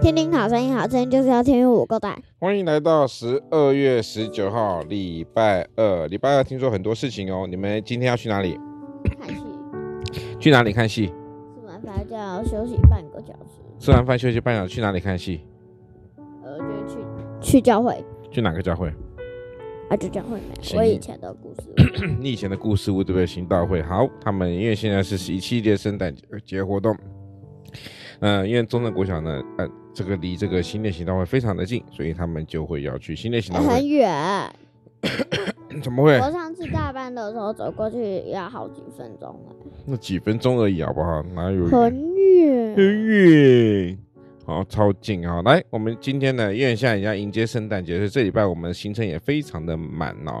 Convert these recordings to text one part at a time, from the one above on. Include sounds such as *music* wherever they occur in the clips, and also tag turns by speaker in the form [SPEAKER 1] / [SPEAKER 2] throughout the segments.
[SPEAKER 1] 听听好声音，好声音就是要天运五够
[SPEAKER 2] *coughs*
[SPEAKER 1] 大。
[SPEAKER 2] 欢迎来到十二月十九号，礼拜二。礼拜二听说很多事情哦。你们今天要去哪里？
[SPEAKER 1] 看戏，
[SPEAKER 2] 去哪里看戏？
[SPEAKER 1] 吃完饭就要休息半个小时，
[SPEAKER 2] 吃完饭休息半小时，去哪里看戏？
[SPEAKER 1] 呃，就去去教会
[SPEAKER 2] 去哪个教会？
[SPEAKER 1] 啊，就教会没
[SPEAKER 2] 神
[SPEAKER 1] 有。我
[SPEAKER 2] 谕
[SPEAKER 1] 以前的
[SPEAKER 2] *coughs*
[SPEAKER 1] 故事，
[SPEAKER 2] 嗯你以前的故事屋对不对？行道会好，他们因为现在是一系列圣诞节活动，呃，因为中正国小呢，呃，这个离这个新店行道会非常的近，所以他们就会要去新店行
[SPEAKER 1] *coughs*
[SPEAKER 2] 道
[SPEAKER 1] 很
[SPEAKER 2] 会。嗯
[SPEAKER 1] 远。
[SPEAKER 2] 怎么会？
[SPEAKER 1] 哎我上次大班的时候走过去要好几分钟了，
[SPEAKER 2] 那几分钟而已，好不好？哪有远？
[SPEAKER 1] 很远。
[SPEAKER 2] 很远。好，超近啊！来，我们今天呢，因为现在也要迎接圣诞节，所以这礼拜我们行程也非常的满哦。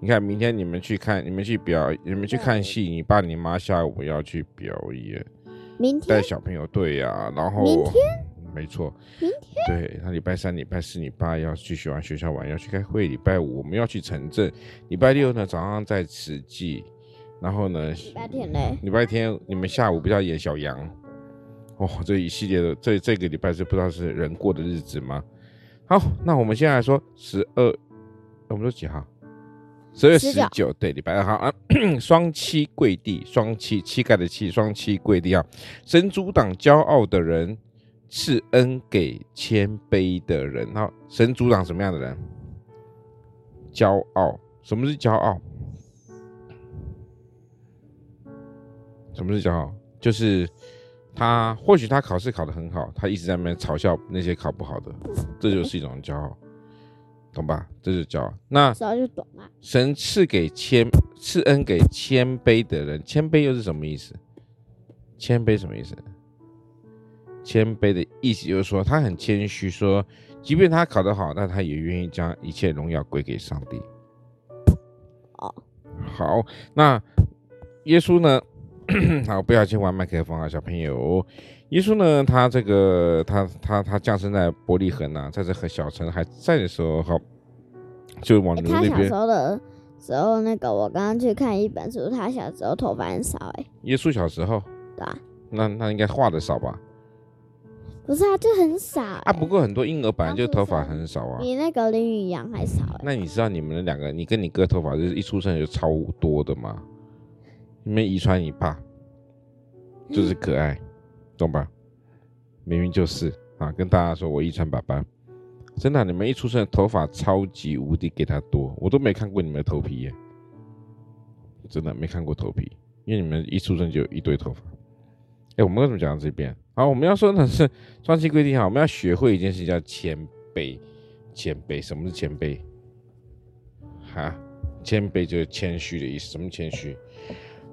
[SPEAKER 2] 你看，明天你们去看，你们去表，你们去看戏，你爸你妈下午要去表演。
[SPEAKER 1] 明
[SPEAKER 2] 带
[SPEAKER 1] 天，
[SPEAKER 2] 小朋友对呀、然后
[SPEAKER 1] 明天
[SPEAKER 2] 没错，
[SPEAKER 1] 明
[SPEAKER 2] 天对他礼拜三、礼拜四、礼拜要去学完学校玩，要去开会；礼拜五我们要去城镇，礼拜六呢早上在慈济，然后呢
[SPEAKER 1] 礼拜天嘞，
[SPEAKER 2] 礼拜天你们下午不是要演小羊？哦，这一系列的这这个礼拜是不知道是人过的日子吗？好，那我们现在来说十二，我们说几号？十月十
[SPEAKER 1] 19
[SPEAKER 2] 九，对，礼拜二号啊， *clears throat* 双膝跪地，双膝膝盖的膝，双膝跪地啊！神主党骄傲的人，赐恩给谦卑的人。好，神主党什么样的人？骄傲。什么是骄傲？什么是骄傲？就是他或许他考试考得很好，他一直在那边嘲笑那些考不好的，这就是一种骄傲，懂吧？这就是骄傲。那
[SPEAKER 1] 时候就懂了。
[SPEAKER 2] 神赐给谦赐恩给谦卑的人，谦卑又是什么意思？谦卑什么意思？谦卑的意思就是说他很谦虚，说即便他考得好，那他也愿意将一切荣耀归给上帝。
[SPEAKER 1] 哦，
[SPEAKER 2] 好，那耶稣呢？ *coughs* 好，不要去玩麦克风啊，小朋友。耶稣呢，他这个他他他降生在伯利恒啊，在这个小城还在的时候，好，就往
[SPEAKER 1] 欸
[SPEAKER 2] 牛
[SPEAKER 1] 他
[SPEAKER 2] 那
[SPEAKER 1] 小
[SPEAKER 2] 边
[SPEAKER 1] 时。候的时候，那个我刚刚去看一本书，他小时候头发很少、哎，
[SPEAKER 2] 耶稣小时候，
[SPEAKER 1] 对啊，
[SPEAKER 2] 那那应该画的少吧？
[SPEAKER 1] 不是啊，就很少、
[SPEAKER 2] 啊，
[SPEAKER 1] 哎
[SPEAKER 2] 不过很多婴儿本来就
[SPEAKER 1] 刚出
[SPEAKER 2] 头发
[SPEAKER 1] 生
[SPEAKER 2] 很少啊。
[SPEAKER 1] 比那个林宇阳还少、哎，
[SPEAKER 2] 那你知道你们两个，你跟你哥头发就是一出生就超多的吗？你们遗传你爸，就是可爱，懂吧？明明就是啊，跟大家说我遗传爸爸，真的啊、你们一出生的头发超级无敌给他多，我都没看过你们的头皮耶，真的没看过头皮，因为你们一出生就有一堆头发。哎，我们为什么讲到这边？好，我们要说的是双膝跪地好，我们要学会一件事情叫谦卑。谦卑，什么是谦卑？哈，谦卑就是谦虚的意思。什么谦虚？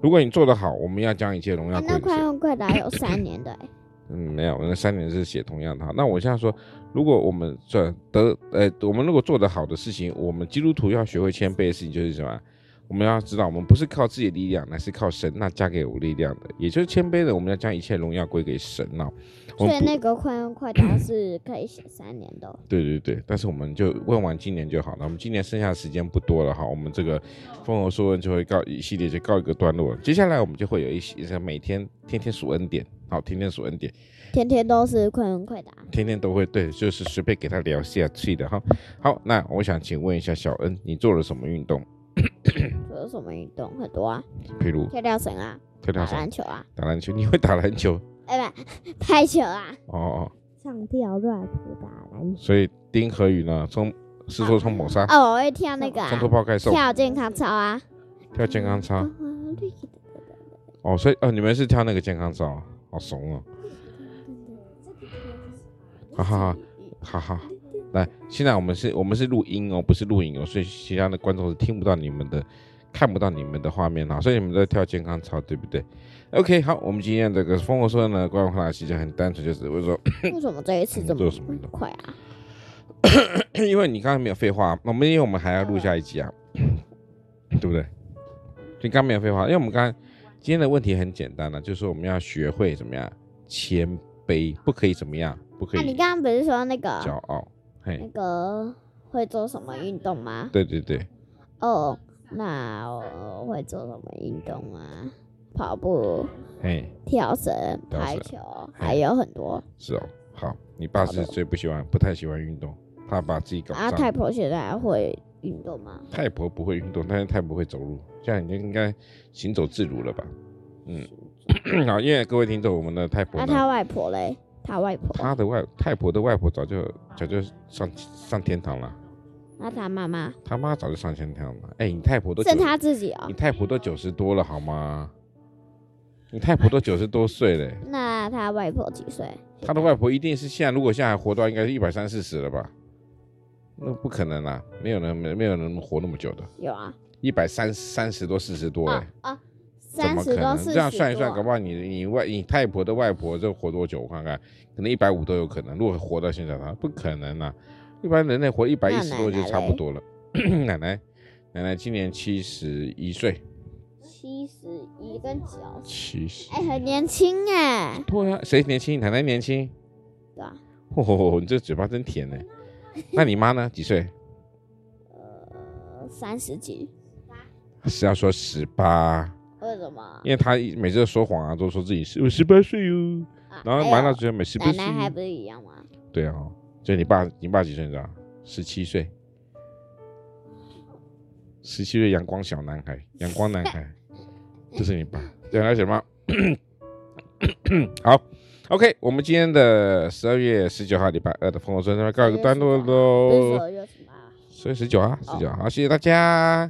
[SPEAKER 2] 如果你做得好，我们要将一切荣耀
[SPEAKER 1] 啊
[SPEAKER 2] 归给
[SPEAKER 1] 那
[SPEAKER 2] 神
[SPEAKER 1] 快问快答有三年的、哎，
[SPEAKER 2] 嗯，没有，那三年是写同样的哈。那我现在说，如果我们这得，呃，我们如果做得好的事情，我们基督徒要学会谦卑的事情就是什么？我们要知道，我们不是靠自己的力量，乃是靠神那加给我力量的，也就是谦卑的，我们要将一切荣耀归给神哦。我
[SPEAKER 1] 所
[SPEAKER 2] 们
[SPEAKER 1] 以
[SPEAKER 2] 不嗯
[SPEAKER 1] 那个快问快答是可以写三年的哦、
[SPEAKER 2] 对对对，但是我们就问完今年就好了。我们今年剩下的时间不多了哈，我们这个风和说问就会告一系列就告一个段落了。接下来我们就会有一些每天天天数恩典，好，天天数恩典，
[SPEAKER 1] 天天都是快问快答。
[SPEAKER 2] 天天都会对，就是随便给他聊下去的哈。好，那我想请问一下小恩，你做了什么运动？
[SPEAKER 1] 做了什么运动？很多啊，
[SPEAKER 2] 譬如
[SPEAKER 1] 跳跳绳啊，
[SPEAKER 2] 跳
[SPEAKER 1] 打
[SPEAKER 2] 跳绳、
[SPEAKER 1] 篮球啊，
[SPEAKER 2] 打篮球，你会打篮球
[SPEAKER 1] 哎不，拍球 *laughs* 啊，
[SPEAKER 2] 哦哦。
[SPEAKER 1] 上吊、乱扑、打篮球。
[SPEAKER 2] 所以丁和宇呢，冲是说冲抹杀、
[SPEAKER 1] 哦，我会跳那个、
[SPEAKER 2] 冲
[SPEAKER 1] 啊
[SPEAKER 2] 突、抛开手、啊
[SPEAKER 1] 跳健康操啊。
[SPEAKER 2] 跳健康操。
[SPEAKER 1] 嗯绿的
[SPEAKER 2] 哦，所以哦，你们是跳那个健康操啊，好怂哦。好好好，好好，来，现在我们是我们是录音哦，不是录影哦，所以其他的观众是听不到你们的看不到你们的画面哈，所以你们都在跳健康操，对不对？OK，好，我们今天这个蜂窝说呢，关于话题就很单纯，就只会说，
[SPEAKER 1] *laughs*
[SPEAKER 2] *coughs*
[SPEAKER 1] 为什么这一次这
[SPEAKER 2] 做
[SPEAKER 1] 么
[SPEAKER 2] 什么运动
[SPEAKER 1] 快啊？
[SPEAKER 2] 因为你刚才没有废话，我们因为我们还要录下一集啊， *coughs* 对不对？你刚没有废话，因为我们刚才今天的问题很简单了、啊就是说我们要学会怎么样谦卑，不可以怎么样，不可
[SPEAKER 1] 那啊你
[SPEAKER 2] 以
[SPEAKER 1] 刚刚不是说那
[SPEAKER 2] 骄
[SPEAKER 1] 个
[SPEAKER 2] 傲，嘿
[SPEAKER 1] 那，个会做什么运动吗？
[SPEAKER 2] 对对对，
[SPEAKER 1] 哦，那我会做什么运动啊？跑步、
[SPEAKER 2] 嘿。
[SPEAKER 1] 跳绳、
[SPEAKER 2] 跳绳
[SPEAKER 1] 排球，还有很多。
[SPEAKER 2] 是哦，好，你爸是最不喜欢、不太喜欢运动，怕把自己搞
[SPEAKER 1] 啊，
[SPEAKER 2] 伤。
[SPEAKER 1] 太婆现在还会运动吗？
[SPEAKER 2] 太婆不会运动，但是太婆会走路，这样你就应该行走自如了吧？嗯，好，因为各位听众，我们的太婆
[SPEAKER 1] 那
[SPEAKER 2] 呢，
[SPEAKER 1] 啊他外婆嘞？他外婆？
[SPEAKER 2] 她的外太婆的外婆早就早就上上天堂了，
[SPEAKER 1] 那他妈妈？
[SPEAKER 2] 他妈早就上天堂了。哎，你太婆都
[SPEAKER 1] 剩
[SPEAKER 2] 九
[SPEAKER 1] 他自己哦
[SPEAKER 2] 你。太婆都九十多了好吗？你太婆都九十多岁了，欸
[SPEAKER 1] 那他外婆几岁？
[SPEAKER 2] 她的外婆一定是现在，如果现在还活到，应该是一百三四十了吧？那不可能啦，没有人没没有人活那么久的，
[SPEAKER 1] 有啊。
[SPEAKER 2] 一百三三十多四十多哎、
[SPEAKER 1] 啊啊，
[SPEAKER 2] 怎
[SPEAKER 1] 三
[SPEAKER 2] 么可
[SPEAKER 1] 十多
[SPEAKER 2] 能？
[SPEAKER 1] 四
[SPEAKER 2] 这
[SPEAKER 1] 十
[SPEAKER 2] 样算一算，搞
[SPEAKER 1] 多
[SPEAKER 2] 不好你你外你太婆的外婆这活多久？我看看，可能一百五都有可能。如果活到现在的话，不可能啦、一般人类活一百一
[SPEAKER 1] 那
[SPEAKER 2] 十
[SPEAKER 1] 奶奶
[SPEAKER 2] 多就差不
[SPEAKER 1] 嘞
[SPEAKER 2] 多了。 *coughs* 奶奶，奶奶今年七十一岁，
[SPEAKER 1] 七十一跟九十，
[SPEAKER 2] 七十
[SPEAKER 1] 哎，很年轻哎，
[SPEAKER 2] 对啊，谁年轻？奶奶年轻。
[SPEAKER 1] 对啊吧？
[SPEAKER 2] 哦，你这嘴巴真甜呢。那你妈呢？几岁？
[SPEAKER 1] 呃，三十几，
[SPEAKER 2] 是要说十八，
[SPEAKER 1] 为什么？啊
[SPEAKER 2] 因为她一每次都说谎啊，都说自己是我十八岁哟，
[SPEAKER 1] 啊
[SPEAKER 2] 然后
[SPEAKER 1] 还
[SPEAKER 2] 瞒到
[SPEAKER 1] 有
[SPEAKER 2] 嘴巴没十八
[SPEAKER 1] 奶
[SPEAKER 2] 岁。哦
[SPEAKER 1] 奶还不是一样吗？
[SPEAKER 2] 对啊、所以你爸，你爸几岁你知道？十七岁，十七岁阳光小男孩，阳光男孩，就是你爸。对，了解吗？好，OK，我们今天的十二月十九号礼拜二的《疯狂村庄》告一个段落
[SPEAKER 1] 不是
[SPEAKER 2] 喽。
[SPEAKER 1] 说有什么啊？
[SPEAKER 2] 所以十九啊，十九、好，谢谢大家。